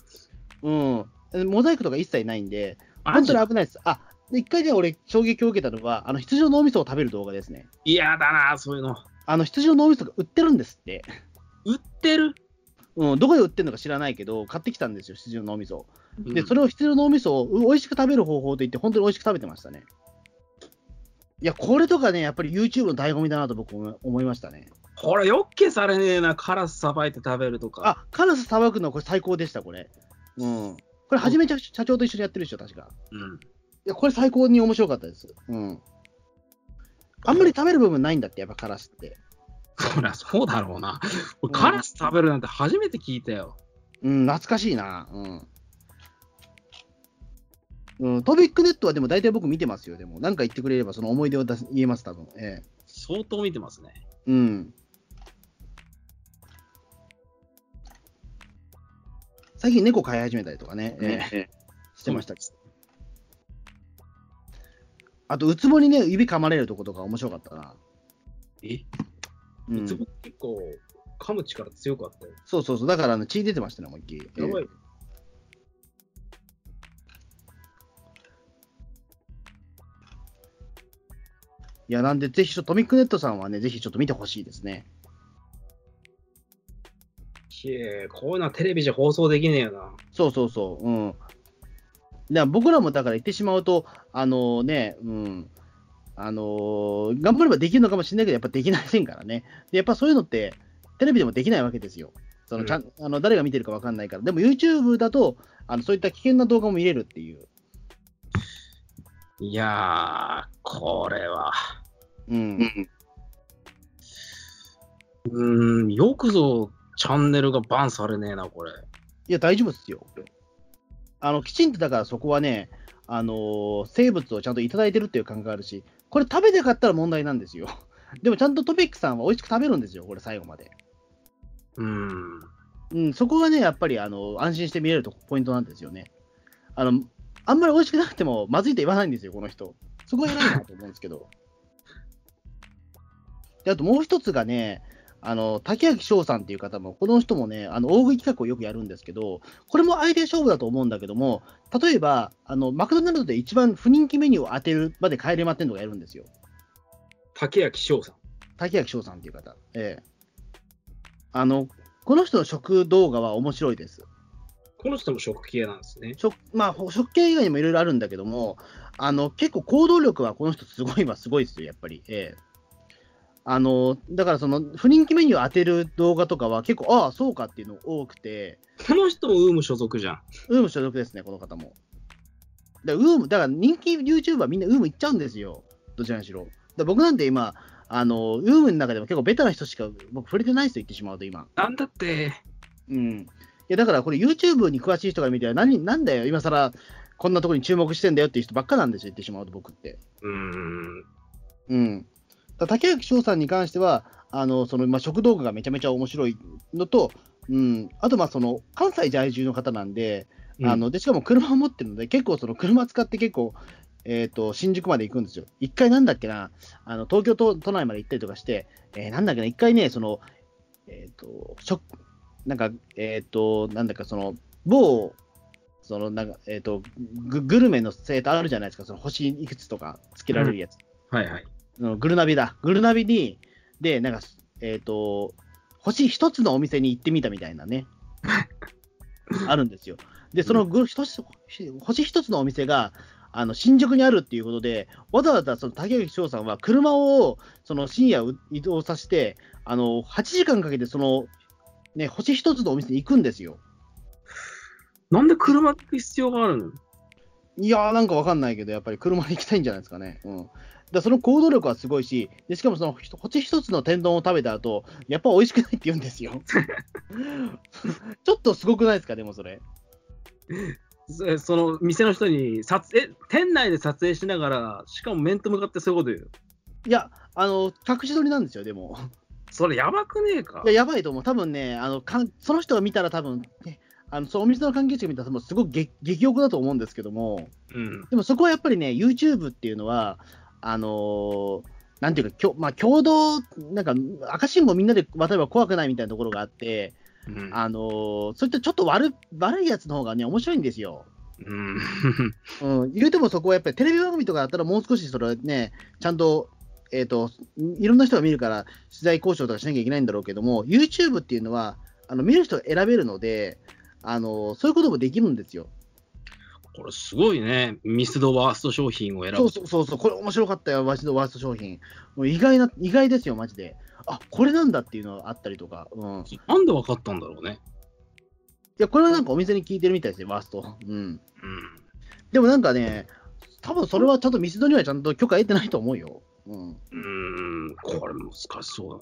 うん、モザイクとか一切ないんで、マ本ジ当に危ないです。あで一回ね、俺、衝撃を受けたのは、あの羊の脳みそを食べる動画ですね。嫌だな、そういうの。あの羊の脳みそが売ってるんですって、売ってるうん、どこで売ってるのか知らないけど、買ってきたんですよ、羊の脳みそ。で、それ、れを羊の脳みそをう美味しく食べる方法といって、本当に美味しく食べてましたね。いや、これとかね、やっぱり YouTube の醍醐味だなと僕思い思いましたね。これ、よっけされねえな、カラスさばいて食べるとか。あ、カラスさばくのこれ最高でした、これ。うん。これ、はじめちゃ社長と一緒にやってるでしょ、確か。うん。いや、これ最高に面白かったです。うん。あんまり食べる部分ないんだって、やっぱカラスって。そりゃそうだろうな。俺カラス食べるなんて初めて聞いたよ。うん、懐かしいな。うん。うん、トピックネットはでも大体僕見てますよ、でも。なんか言ってくれればその思い出を出す言えます、多分。ええ。相当見てますね。うん。最近猫飼い始めたりとかね、えええしてましたけど。あと、ウツボにね、指噛まれるとことか面白かったな。え、うウん、ツボ結構噛む力強かったよ。そうそうそう、だからあの血出てましたね、思いっきり。やばい。いや、なんで、ぜひ、ちょっとトミックネットさんはね、ぜひちょっと見てほしいですね。ひえこういうのはテレビじゃ放送できねえよな。そうそうそう、うん。だから僕らもだから言ってしまうと、あのね、うん、あのー頑張ればできるのかもしれないけど、やっぱできませんからね。で、やっぱそういうのって、テレビでもできないわけですよ。そのちゃんあの誰が見てるかわかんないから。でも YouTube だとあの、そういった危険な動画も見れるっていう。いやー、これは。うん。うーん、よくぞチャンネルがバンされねえな、これ。いや、大丈夫ですよ。あの、きちんとだからそこはね、あのー生物をちゃんといただいてるっていう感があるし、これ食べなかったら問題なんですよ。でもちゃんとトピックさんは美味しく食べるんですよ、これ最後まで。うーん。うん、そこがね、やっぱりあの安心して見れるとこポイントなんですよね。あのあんまり美味しくなくてもまずいって言わないんですよ、この人。そこが偉いなと思うんですけど。 であともう一つがね、あの竹脇翔さんっていう方も、この人もね、あの大食い企画をよくやるんですけど、これもアイデア勝負だと思うんだけども、例えばあのマクドナルドで一番不人気メニューを当てるまで帰れまってんとかやるんですよ。竹谷翔さん。竹脇翔さんっていう方。ええ。あの、この人の食動画は面白いです。この人も食系なんですね。食まあ、ほ食券以外にもいろいろあるんだけども、あの結構行動力はこの人すごいはすごいですよ、やっぱり。ええあのだからその不人気メニューを当てる動画とかは結構、ああ、そうかっていうの多くて、この人もウーム所属じゃん。ウーム所属ですね、この方も。だからウームだから人気 YouTuber みんなウーム行っちゃうんですよ、どちらにしろ。だから僕なんて今、あのウームの中でも結構ベタな人しか僕触れてない人言ってしまうと今。なんだって。うん。いや、だからこれ YouTube に詳しい人から見ては何、なんだよ、今更こんなところに注目してんだよっていう人ばっかなんですよ、言ってしまうと僕って。うーん。うん。だから竹脇翔さんに関しては、あの、その、まあ、食道具がめちゃめちゃ面白いのと、うん、あと、まあ、その、関西在住の方なんで、あの、で、しかも車を持ってるので、結構その車使って結構、えっ、と、新宿まで行くんですよ。一回なんだっけな、あの、東京都都内まで行ったりとかして、えーなんだっけな、一回ね、その、えっ、と、ショックなんか、えっ、と、なんだかその、某、その、なんか、えっ、とグ、グルメのセーターあるじゃないですか、その星いくつとかつけられるやつ。はいはい。そのグルナビだ。グルナビに、で、なんか、えっ、と、星一つのお店に行ってみたみたいなね、あるんですよ。で、そのグ、一つ星一つのお店が、あの新宿にあるっていうことで、わざわざその竹内翔さんは車をその深夜移動させて、あの8時間かけてその、ね、星一つのお店に行くんですよ。なんで車で行く必要があるのいやーなんかわかんないけど、やっぱり車で行きたいんじゃないですかね。うん。だからその行動力はすごいし、でしかもそのひと星一つの天丼を食べた後、やっぱ美味しくないって言うんですよ。 ちょっとすごくないですか、でもそれ。そその店の人に撮影、店内で撮影しながら、しかも面と向かってそういうこと言う。いや、あの、隠し撮りなんですよ、でも。それやばくねえかいや、やばいと思う。多分ね、あのかんその人が見たら多分、ね、あのそのお店の関係者が見たら、多分すごく激激おこだと思うんですけども、うん。でもそこはやっぱりね、YouTube っていうのは、あのーなんていうか、きょまあ、共同、なんか赤信号みんなで渡れば怖くないみたいなところがあって、うんあのーそういったちょっと悪悪いやつの方がね、面白いんですよ。うん。 うん、言うてもそこはやっぱりテレビ番組とかだったら、もう少しそれはね、ちゃんと、えっ、と、いろんな人が見るから、取材交渉とかしなきゃいけないんだろうけども、YouTube っていうのは、あの見る人が選べるので、あのーそういうこともできるんですよ。これすごいね。ミスドワースト商品を選ぶ。そうそうそうそう、これ面白かったよ、マジのワースト商品。もう意外な、意外ですよ、マジで。あこれなんだっていうのがあったりとか、うん、いなんで分かったんだろうね。やこれはなんかお店に聞いてるみたいですね、ワースト。うん、うん。でもなんかね、多分それはちゃんとミスドにはちゃんと許可得てないと思うよ。うん、うーん、これ難しそう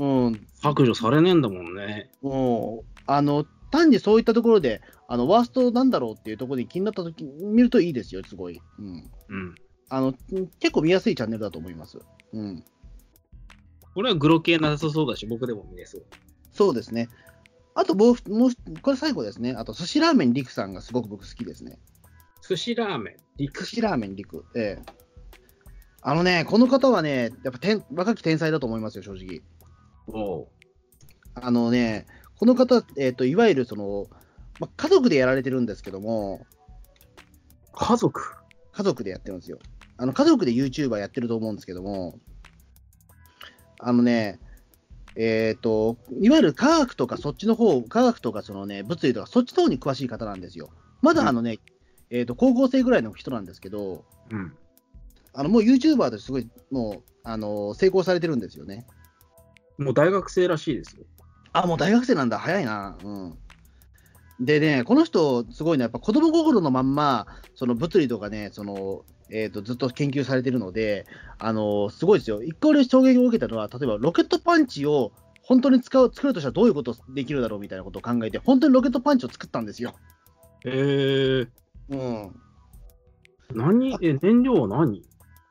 だな。うん、削除されねえんだもんね。もうあの単にそういったところで、あのワーストなんだろうっていうところに気になったとき見るといいですよ、すごい、うんうん。あの。結構見やすいチャンネルだと思います。うんこれはグロ系なさそうだし、僕でも見れそう。そうですね。あともうふ、もうふ、これ最後ですね。あと、寿司ラーメンりくさんがすごく僕好きですね。寿司ラーメン、リ寿司ラーメンりく。ええ。あのね、この方はね、やっぱ天若き天才だと思いますよ、正直。おうあのね、この方、えっ、と、いわゆるその、まあ、家族でやられてるんですけども、家族。家族でやってるんですよ。あの、家族で YouTuber やってると思うんですけども、あのね、えっ、と、いわゆる科学とかそっちの方、科学とかそのね、物理とかそっちの方に詳しい方なんですよ。まだあのね、えっ、と、高校生ぐらいの人なんですけど、うん。あの、もう YouTuber としてすごい、もう、あの成功されてるんですよね。もう大学生らしいですよ。あ、もう大学生なんだ、早いな。うん。でね、この人、すごいね、やっぱ子供心のまんま、その物理とかね、その、えー、とずっと研究されてるので、あのすごいですよ、一個俺衝撃を受けたのは、例えばロケットパンチを本当に使う作るとしたらどういうことできるだろうみたいなことを考えて、本当にロケットパンチを作ったんですよ。へえー。うん、何え、燃料は何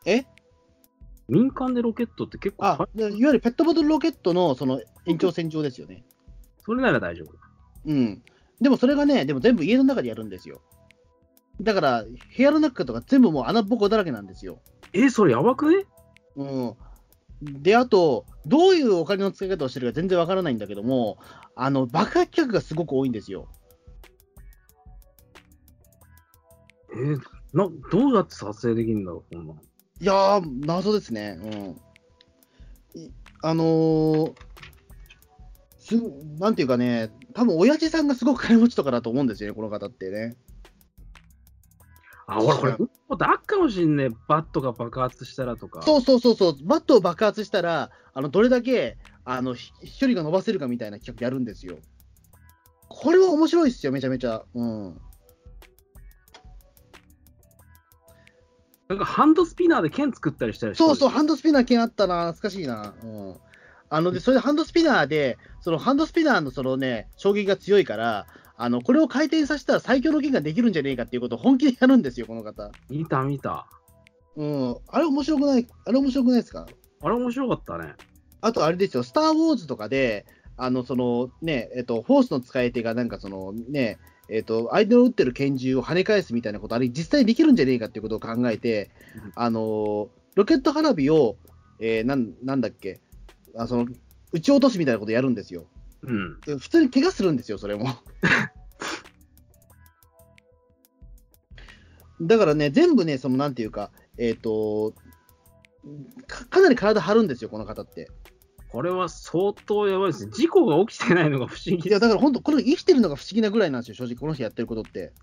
え民間でロケットって結構あ高い、でいわゆるペットボトルロケットのその延長線上ですよね。それなら大丈夫。うん。でもそれがね、でも全部家の中でやるんですよ。だから、部屋の中とか全部もう穴ぼこだらけなんですよ。え、それやばくねうん、で、あと、どういうお金の使い方をしてるか全然わからないんだけども、あの爆破企画がすごく多いんですよ。えーな、どうやって撮影できるんだろう、こんなん。いやー、謎ですね。うん、いあのーす、なんていうかね、多分親父さんがすごく金持ちとかだと思うんですよね、この方ってね。あ、ほら、これ、見たことあっかもしんねえ。バットが爆発したらとか。そうそうそうそう、バットを爆発したら、あのどれだけあのひ飛距離が伸ばせるかみたいな企画やるんですよ。これは面白いですよ、めちゃめちゃ。うんなんかハンドスピナーで剣作ったりしたりしてそうそう、ハンドスピナー券あったな、懐かしいな。うん。あの、で、それでハンドスピナーで、そのハンドスピナーのそのね、衝撃が強いから、あの、これを回転させたら最強の剣ができるんじゃねえかっていうことを本気でやるんですよ、この方。見た見た。うん。あれ面白くない、あれ面白くないですかあれ面白かったね。あとあれですよ、スター・ウォーズとかで、あの、そのね、えっと、フォースの使い手がなんかそのね、えっと、相手の撃ってる拳銃を跳ね返すみたいなこと、あれ実際にできるんじゃねえかっていうことを考えてうん、あの、ロケット花火を、えーなん、なんだっけ、あその、撃ち落とすみたいなことやるんですよ。うん。で普通に怪我するんですよ、それも。 だからね、全部ね、そのなんていうか、えっ、とか、かなり体張るんですよ、この方って。これは相当やばいですね。事故が起きてないのが不思議いでや、だから本当、これ生きてるのが不思議なぐらいなんですよ、正直、この人やってることって。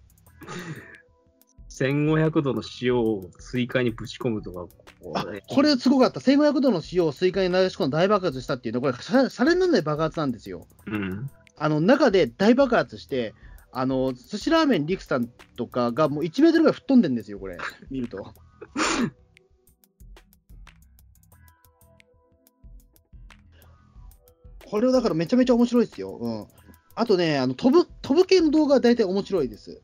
1500度の塩を追加にぶち込むとか、あこれこれすごかった、1500度の塩をスイカに流し込んで大爆発したっていうのは、これ、さされにならない爆発なんですよ。うん。あの中で大爆発して、あの寿司ラーメン陸さんとかがもう1メートルぐらい吹っ飛んでるんですよ、これ、見ると。これはだからめちゃめちゃ面白いですよ。うん、あとねあの飛ぶ、飛ぶ系の動画は大体面白いです。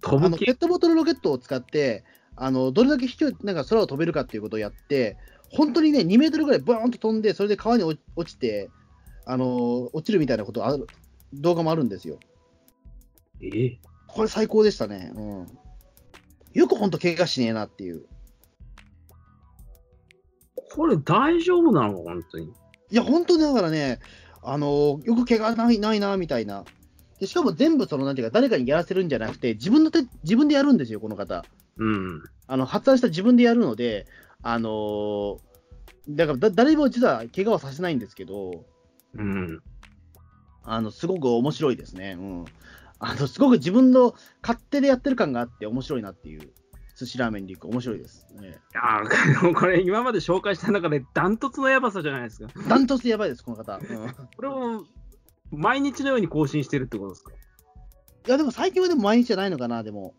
飛あのぶペ気ットボトルロケットを使って、あのどれだけ飛距離なんか空を飛べるかっていうことをやって、本当にね、2メートルぐらいバーンと飛んで、それで川に落落ちて、あの落ちるみたいなことある動画もあるんですよ。えこれ最高でしたね。うん、よく本当、怪我しねえなっていう。これ大丈夫なの本当に。いや、本当にだからね、あのよく怪我ないないなみたいな。でしかも全部その、なんていうか、誰かにやらせるんじゃなくて、自分の手自分でやるんですよ、この方。うん。あの発案した自分でやるので、あのーだからだ誰も実は怪我はさせないんですけど、うん。あのすごく面白いですね、うんあの。すごく自分の勝手でやってる感があって、面白いなっていう。寿司ラーメンに行く。面白いです。えあー これ今まで紹介した中でダントツのやばさじゃないですか。ーダントツでやばいです、この方。うんこれを毎日のように更新してるってことですかいや、でも最近はでも毎日じゃないのかな、でも。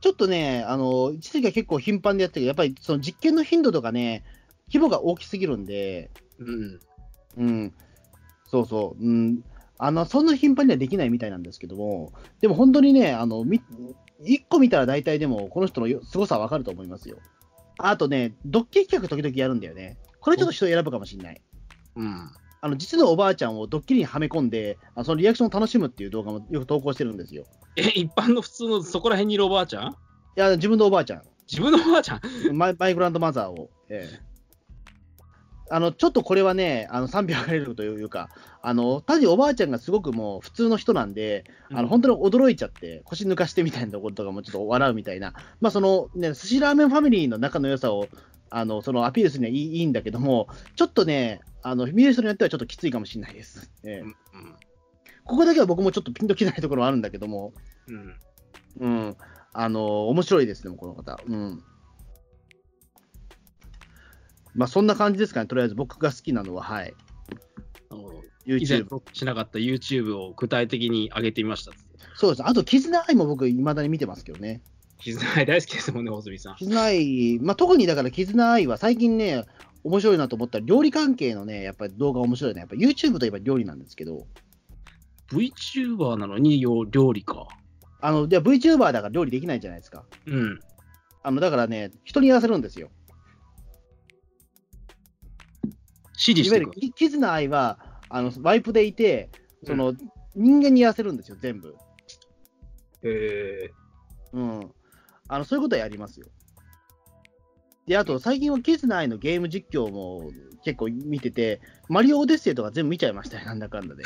ちょっとね、あの、一時期は結構頻繁でやってたけど、やっぱりその実験の頻度とかね、規模が大きすぎるんで、うん。うん、そうそう、うん、あの、そんな頻繁にはできないみたいなんですけども、でも本当にね、あの、み1個見たら大体でも、この人のよ凄さはわかると思いますよ。あとね、ドッキリ企画時々やるんだよね。これちょっと人選ぶかもしれない。うん。あの、実のおばあちゃんをドッキリにはめ込んで、あそのリアクションを楽しむっていう動画もよく投稿してるんですよ。え、一般の普通のそこら辺にいるおばあちゃんいや、自分のおばあちゃん。自分のおばあちゃんマイマイグランドマザーを、ええあのちょっとこれはね、あの賛否分かれるというか、あの単におばあちゃんがすごくもう普通の人なんで、あの本当に驚いちゃって、腰抜かしてみたいなところとかもちょっと笑うみたいな、まあそのね、寿司ラーメンファミリーの仲の良さをあのそのアピールするにはいいいいんだけども、ちょっとね、あの見る人によってはちょっときついかもしれないです。ええうんここだけは僕もちょっとピンときてないところはあるんだけども、うん。うん、あの面白いですね、この方。うんまあ、そんな感じですかね、とりあえず僕が好きなのは、はい、あの以前 YouTube。録しなかった YouTube を具体的に上げてみました。そうですあと、絆愛も僕、いまだに見てますけどね。絆愛大好きですもんね、細見さん。絆愛、まあ、特にだから、絆愛は最近ね、面白いなと思ったら、料理関係のね、やっぱり動画面白いね。やっぱ YouTube といえば料理なんですけど、 VTuber なのによ料理か。あの、いや VTuber だから料理できないじゃないですか。うん。あの、だからね、人にやらせるんですよ。指示いしわてゆくるき絆愛は、あの、ワイプでいて、その、人間にやらせるんですよ、全部。えうん。あの、そういうことはやりますよ。で、あと、最近はキズナイのゲーム実況も結構見てて、マリオオデッセイとか全部見ちゃいましたよ、なんだかんだで。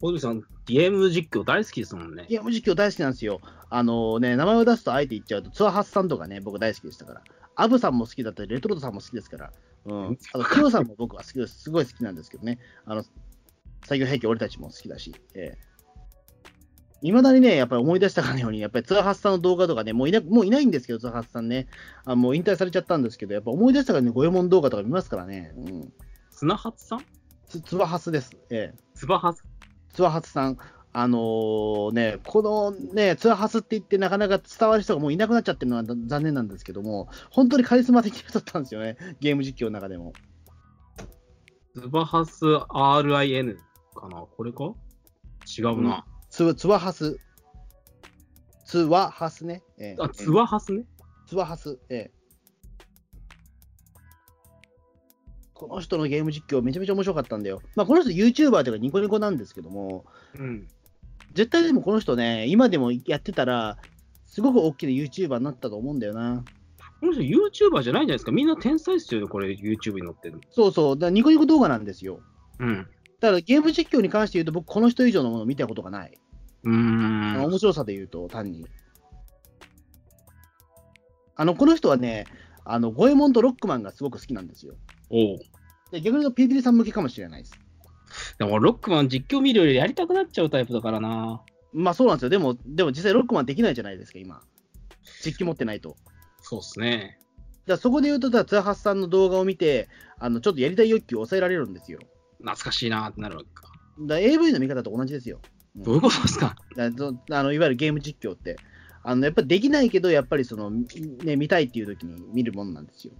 細見さん、ゲーム実況大好きですもんね。ゲーム実況大好きなんですよ。あのね、名前を出すとあえて言っちゃうと、ツアハスさんとかね、僕大好きでしたから。アブさんも好きだったり、レトロトさんも好きですから。うん。あと、キヨさんも僕は好きです。すごい好きなんですけどね。あの、作業兵器俺たちも好きだし。ええいまだにね、やっぱり思い出したかのように、やっぱりツアハスさんの動画とかね、もういなもういないんですけど、ツアハスさんねあ。もう引退されちゃったんですけど、やっぱ思い出したかのように、五右衛門動画とか見ますからね。うん。砂発さんつツアハスです。ええツバハスツアハツさん、あのーね、このね、ツアハツって言って、なかなか伝わる人がもういなくなっちゃってるのは残念なんですけども、本当にカリスマ的な人だったんですよね、ゲーム実況の中でも。ツバハス RIN かなこれか違うな。ツツワハス。ツワハスね。ええあ、ツバハスね。ツワハス。ええこの人のゲーム実況、めちゃめちゃ面白かったんだよ。まあ、この人、YouTuber というか、ニコニコなんですけども、うん。絶対でもこの人ね、今でもやってたら、すごく大きな YouTuber になったと思うんだよな。この人 YouTuber じゃないんじゃないですかみんな天才っすよね、これ YouTube に載ってるの。そうそう、だからニコニコ動画なんですよ。うん。だからゲーム実況に関して言うと、僕、この人以上のものを見たことがない。うーん。面白さで言うと、単に。あの、この人はね、あの、五右衛門とロックマンがすごく好きなんですよ。おうで逆に言うと、ピリピリさん向けかもしれないです。でもロックマン実況見るよりやりたくなっちゃうタイプだからな。まあそうなんですよ。でも、でも実際ロックマンできないじゃないですか、今。実機持ってないと。そうっすね。だからそこで言うと、だからツアハスさんの動画を見て、あの、ちょっとやりたい欲求を抑えられるんですよ。懐かしいなーってなるわけか。だから AV の見方と同じですよ。どういうことですかだどあのいわゆるゲーム実況って、あのやっぱりできないけど、やっぱりその、ね、見たいっていう時に見るもんなんですよ。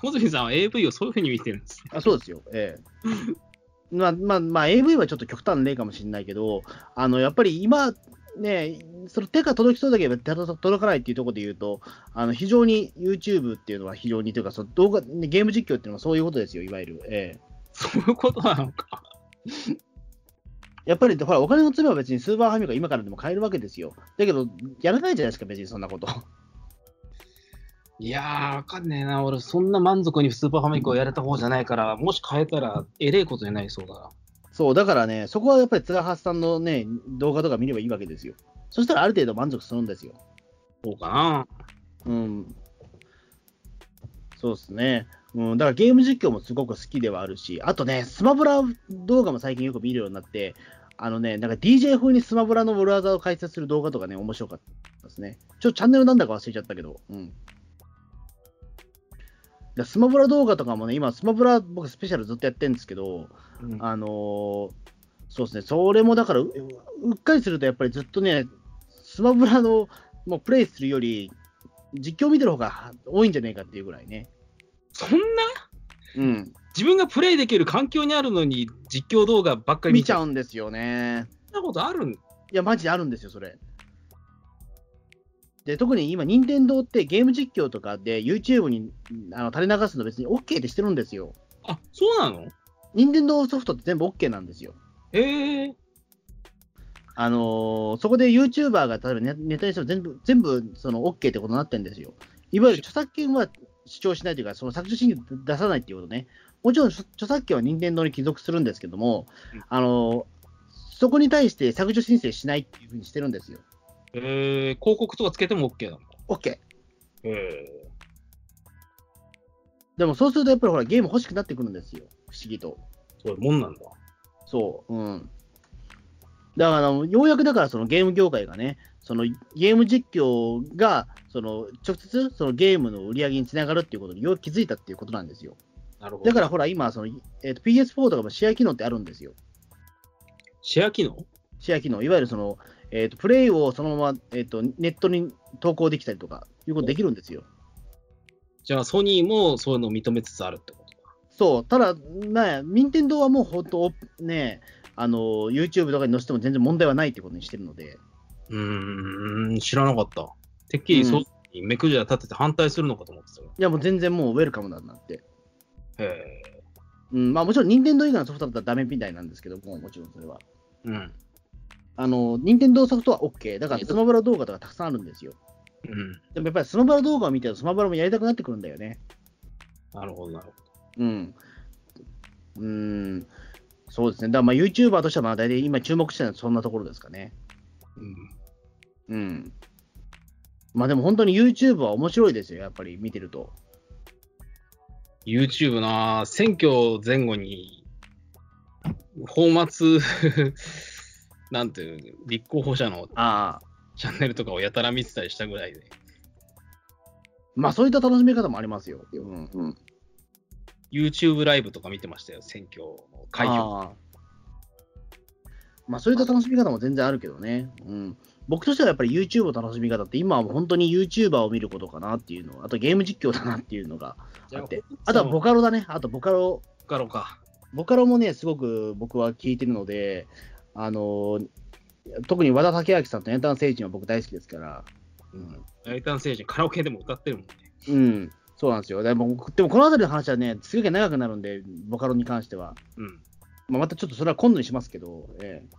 細見さんは AV をそういうふうに見てるんですね。あそうですよ、ええ。まあまあまあ、AV はちょっと極端な例かもしれないけど、あのやっぱり今、ね、その手が届きそうだけど手が届かないっていうところで言うと、あの非常に YouTube っていうのは非常にというかその動画、ね、ゲーム実況っていうのはそういうことですよ、いわゆる。ええそういうことなのか。やっぱりほらお金の罪は別にスーパーファミコン今からでも買えるわけですよ。だけど、やらないじゃないですか、別にそんなこと。いやー、わかんねえな。俺、そんな満足にスーパーファミコンやれた方じゃないから、もし変えたら、えれえことになりそうだな。そう、だからね、そこはやっぱりツラハスさんのね、動画とか見ればいいわけですよ。そしたらある程度満足するんですよ。そうかな。うん。そうですね。うん、だからゲーム実況もすごく好きではあるし、あとね、スマブラ動画も最近よく見るようになって、あのね、なんか DJ 風にスマブラの裏技を解説する動画とかね、面白かったですね。ちょっとチャンネルなんだか忘れちゃったけど、うん。でスマブラ動画とかもね、今、スマブラ僕スペシャルずっとやってるんですけど、うんあのーそうですね、それもだからう、うっかりするとやっぱりずっとね、スマブラのもうプレイするより、実況見てる方が多いんじゃねえかっていうぐらいね。そんなうん、自分がプレイできる環境にあるのに実況動画ばっかり見ちゃう。うんですよね。そんなことあるんいや、マジであるんですよ、それ。で、特に今、任天堂ってゲーム実況とかで YouTube にあの垂れ流すの別に OK ってしてるんですよ。あ、そうなの任天堂ソフトって全部 OK なんですよ。ええあのーそこで YouTuber が例えばネネタにしても全部、全部その OK ってことになってるんですよ。いわゆる著作権は主張しないというか、その削除審議出さないっていうことね。もちろん著著作権は任天堂に帰属するんですけどもうん、あのーそこに対して削除申請しないっていうふうにしてるんですよ。ええ広告とかつけても OK なの OK。ええでもそうするとやっぱりほらゲーム欲しくなってくるんですよ。不思議と。そういうもんなんだ。そう。うん。だからあの、ようやくだからそのゲーム業界がね、そのゲーム実況がその直接そのゲームの売り上げにつながるっていうことにようやく気づいたっていうことなんですよ。なるほど。だからほら今その、えーと PS4 とかもシェア機能ってあるんですよ。シェア機能シェア機能。いわゆるその、えー、とプレイをそのまま、えー、とネットに投稿できたりとかいうことできるんですよ。じゃあソニーもそういうのを認めつつあるってことだ。そう、ただ、ね、任天堂はもう本当、ね、あの YouTube とかに載せても全然問題はないってことにしてるので、うーん、知らなかった。てっきりそう、目くじら立てて反対するのかと思ってたよ。いや、もう全然もうウェルカムなんだって。へえうん、まあもちろん、任天堂以外のソフトだったらダメみたいなんですけども、もちろんそれは。うん。あの、任天堂ソフトは OK。だから、スマブラ動画とかたくさんあるんですよ。うん。でもやっぱりスマブラ動画を見てると、スマブラもやりたくなってくるんだよね。なるほど、なるほど。うん。うーん。そうですね。だからまあ YouTuber としては、まあ大体今注目してるのはそんなところですかね。ううん、ん。まあでも本当に YouTube は面白いですよ、やっぱり見てると。 YouTube な、選挙前後に、放末、 なんていうの、立候補者のああ。チャンネルとかをやたら見てたりしたぐらいで。まあそういった楽しみ方もありますよ。うんうん。 YouTube ライブとか見てましたよ、選挙の会を。ああまあそういった楽しみ方も全然あるけどね。うん。僕としてはやっぱり YouTube の楽しみ方って今はもう本当に YouTuber を見ることかなっていうの。あとゲーム実況だなっていうのがあって。あとはボカロだね。あとボカロカロか。ボカロもね、すごく僕は聞いてるので、あの特に和田武明さんとエンターン星人は僕大好きですから、うん、ライタン星人、カラオケでも歌ってるもんね。うん、そうなんですよ。でも、でもこの辺りの話はね、すげえ長くなるんで、ボカロに関しては。うん。まあ、またちょっとそれは今度にしますけど、ええ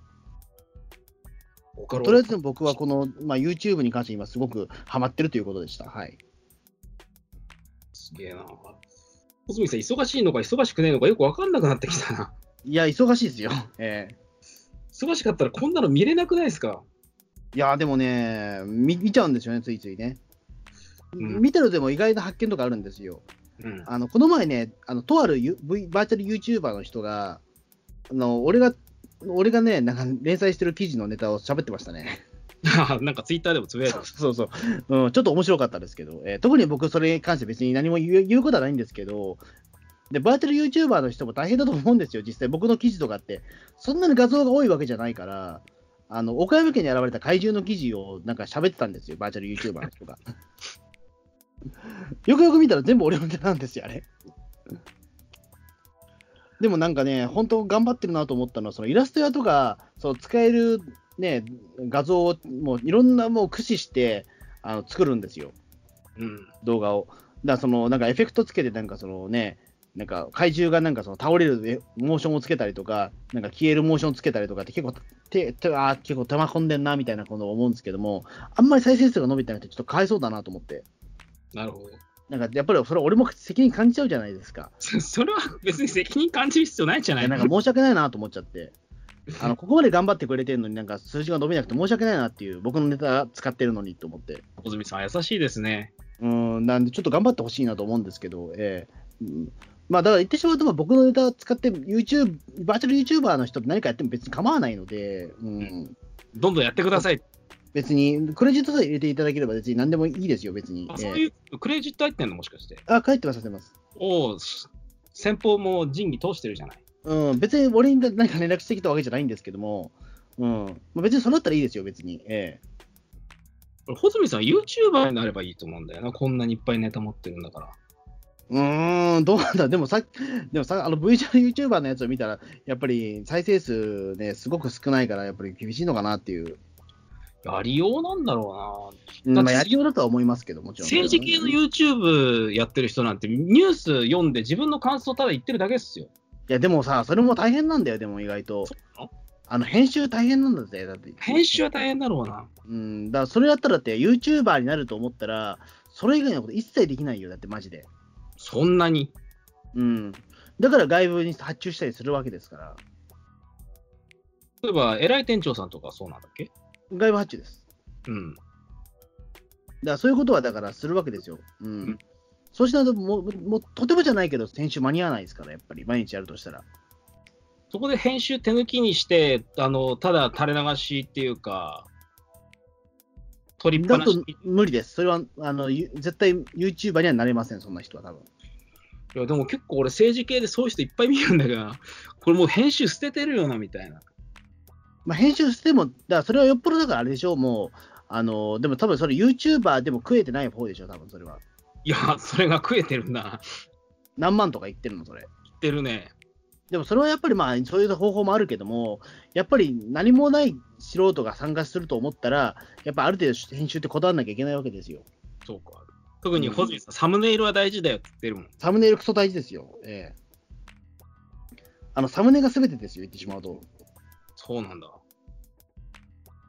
ボカロとりあえずでも僕はこの、まあ、YouTube に関して今すごくハマってるということでした。はい。すげえな。小杉さん、忙しいのか忙しくねえのかよくわかんなくなってきたな。いや、忙しいですよ。ええ忙しかったらこんなの見れなくないですかいや、でもね見、見ちゃうんですよね、ついついね。うん見てるでも意外な発見とかあるんですよ。うん。 あのこの前ね、あのとある、U v、バーチャル YouTuber の人が、あの俺が俺がね、なんか連載してる記事のネタを喋ってましたね。なんかツイッターでもつぶやいてます。そうそうそう、うん、ちょっと面白かったですけど、えー特に僕、それに関して別に何も言う言うことはないんですけど、でバーチャル YouTuber の人も大変だと思うんですよ、実際、僕の記事とかって、そんなに画像が多いわけじゃないから、あの岡山県に現れた怪獣の記事をなんか喋ってたんですよ、バーチャル YouTuber の人が。 よくよく見たら全部俺のネタなんですよ、あれ。でもなんかね、本当頑張ってるなと思ったのは、そのイラスト屋とか、その使える、ね、画像をもういろんなもう駆使してあの作るんですよ、うん。動画を。だからそのなんかエフェクトつけて、なんかそのね、なんか怪獣がなんかその倒れるえモーションをつけたりとか、なんか消えるモーションをつけたりとかって結構手、手あー結構手間込んでんなみたいなことを思うんですけども、あんまり再生数が伸びてなくて、ちょっとかわいそうだなと思って、なるほど。なんかやっぱりそれ、俺も責任感じちゃうじゃないですか。そそれは別に責任感じる必要ないんじゃいないやのなんか申し訳ないなと思っちゃって、あのここまで頑張ってくれてるのに、なんか数字が伸びなくて申し訳ないなっていう、僕のネタ使ってるのにと思って、小杉さん、優しいですね。うん、なんでちょっと頑張ってほしいなと思うんですけど、ええうんまあだから言ってしまうと、僕のネタ使って、YouTube、バーチャル YouTuber の人って何かやっても別に構わないので、うん、どんどんやってください。別に、クレジットさえ入れていただければ別に何でもいいですよ、別に。あえそうえいう、クレジット入ってんのもしかして。あ、帰ってます、帰ってます。おお、し先方も仁義通してるじゃない。うん、別に俺に何か連絡してきたわけじゃないんですけども、うん、まあ別にそれだったらいいですよ、別に。ええ穂積さん、YouTuber になればいいと思うんだよな。こんなにいっぱいネタ持ってるんだから。うーん、どうなんだ、でもさっき、でもさ、あの VTR YouTuber のやつを見たら、やっぱり再生数ね、すごく少ないから、やっぱり厳しいのかなっていう、やりようなんだろううんだってまあ、やりようだとは思いますけど、もちな。ろん。政治系のい YouTube やってる人なんて、ニュース読んで自分の感想ただ言ってるだけですよ。や、でもさ、それも大変なんだよ、でも意外となの。あの編集大変なんだぜ、だって。編集は大変だろうな。うん、だからそれやったらだって、YouTuber になると思ったら、それ以外のこと一切できないよ、だってマジで。そんなに。うん。だから外部に発注したりするわけですから、例えば、偉い店長さんとかそうなんだっけ外部発注です。うん。だからそういうことはだからするわけですよ。うん。んそうしないともう、もうとてもじゃないけど、編集間に合わないですから、やっぱり、毎日やるとしたら。そこで編集手抜きにして、あの、ただ垂れ流しっていうか、取りっぱだなとし。無理です。それはあのゆ絶対 YouTuber にはなれません、そんな人は多分。いや、でも結構俺政治系でそういう人いっぱい見るんだが、これもう編集捨ててるよな、みたいな。まあ、編集しても、だからそれはよっぽどだからあれでしょう、もう、あのでも多分それ YouTuber でも食えてない方でしょ、多分それは。いや、それが食えてるな。何万とか言ってるの、それ。言ってるね。でもそれはやっぱりまあそういう方法もあるけども、やっぱり何もない素人が参加すると思ったら、やっぱある程度編集ってこだわらなきゃいけないわけですよ。そうか。特に、ホズミさん、サムネイルは大事だよって言ってるもん。サムネイルクソ大事ですよ。ええあの、サムネが全てですよ、言ってしまうと。そうなんだ。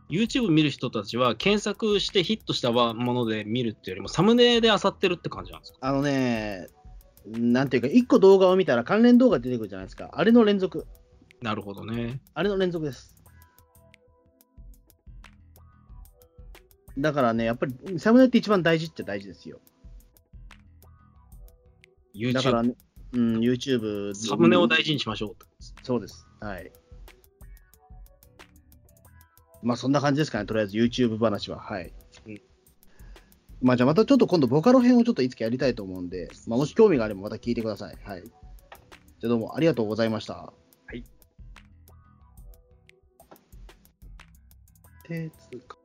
YouTube 見る人たちは検索してヒットしたもので見るっていうよりもサムネで漁ってるって感じなんですかあのね、なんていうか、一個動画を見たら関連動画出てくるじゃないですか。あれの連続。なるほどね。あれの連続です。だからね、やっぱりサムネって一番大事っちゃ大事ですよ。だから YouTube、ね、うん、YouTube。サムネを大事にしましょうってことです。そうです。はい。まあそんな感じですかね、とりあえず YouTube 話は。はい。うんまあじゃあまたちょっと今度ボカロ編をちょっといつかやりたいと思うんで、まあ、もし興味があればまた聞いてください。はい。じゃあどうもありがとうございました。はい。手つか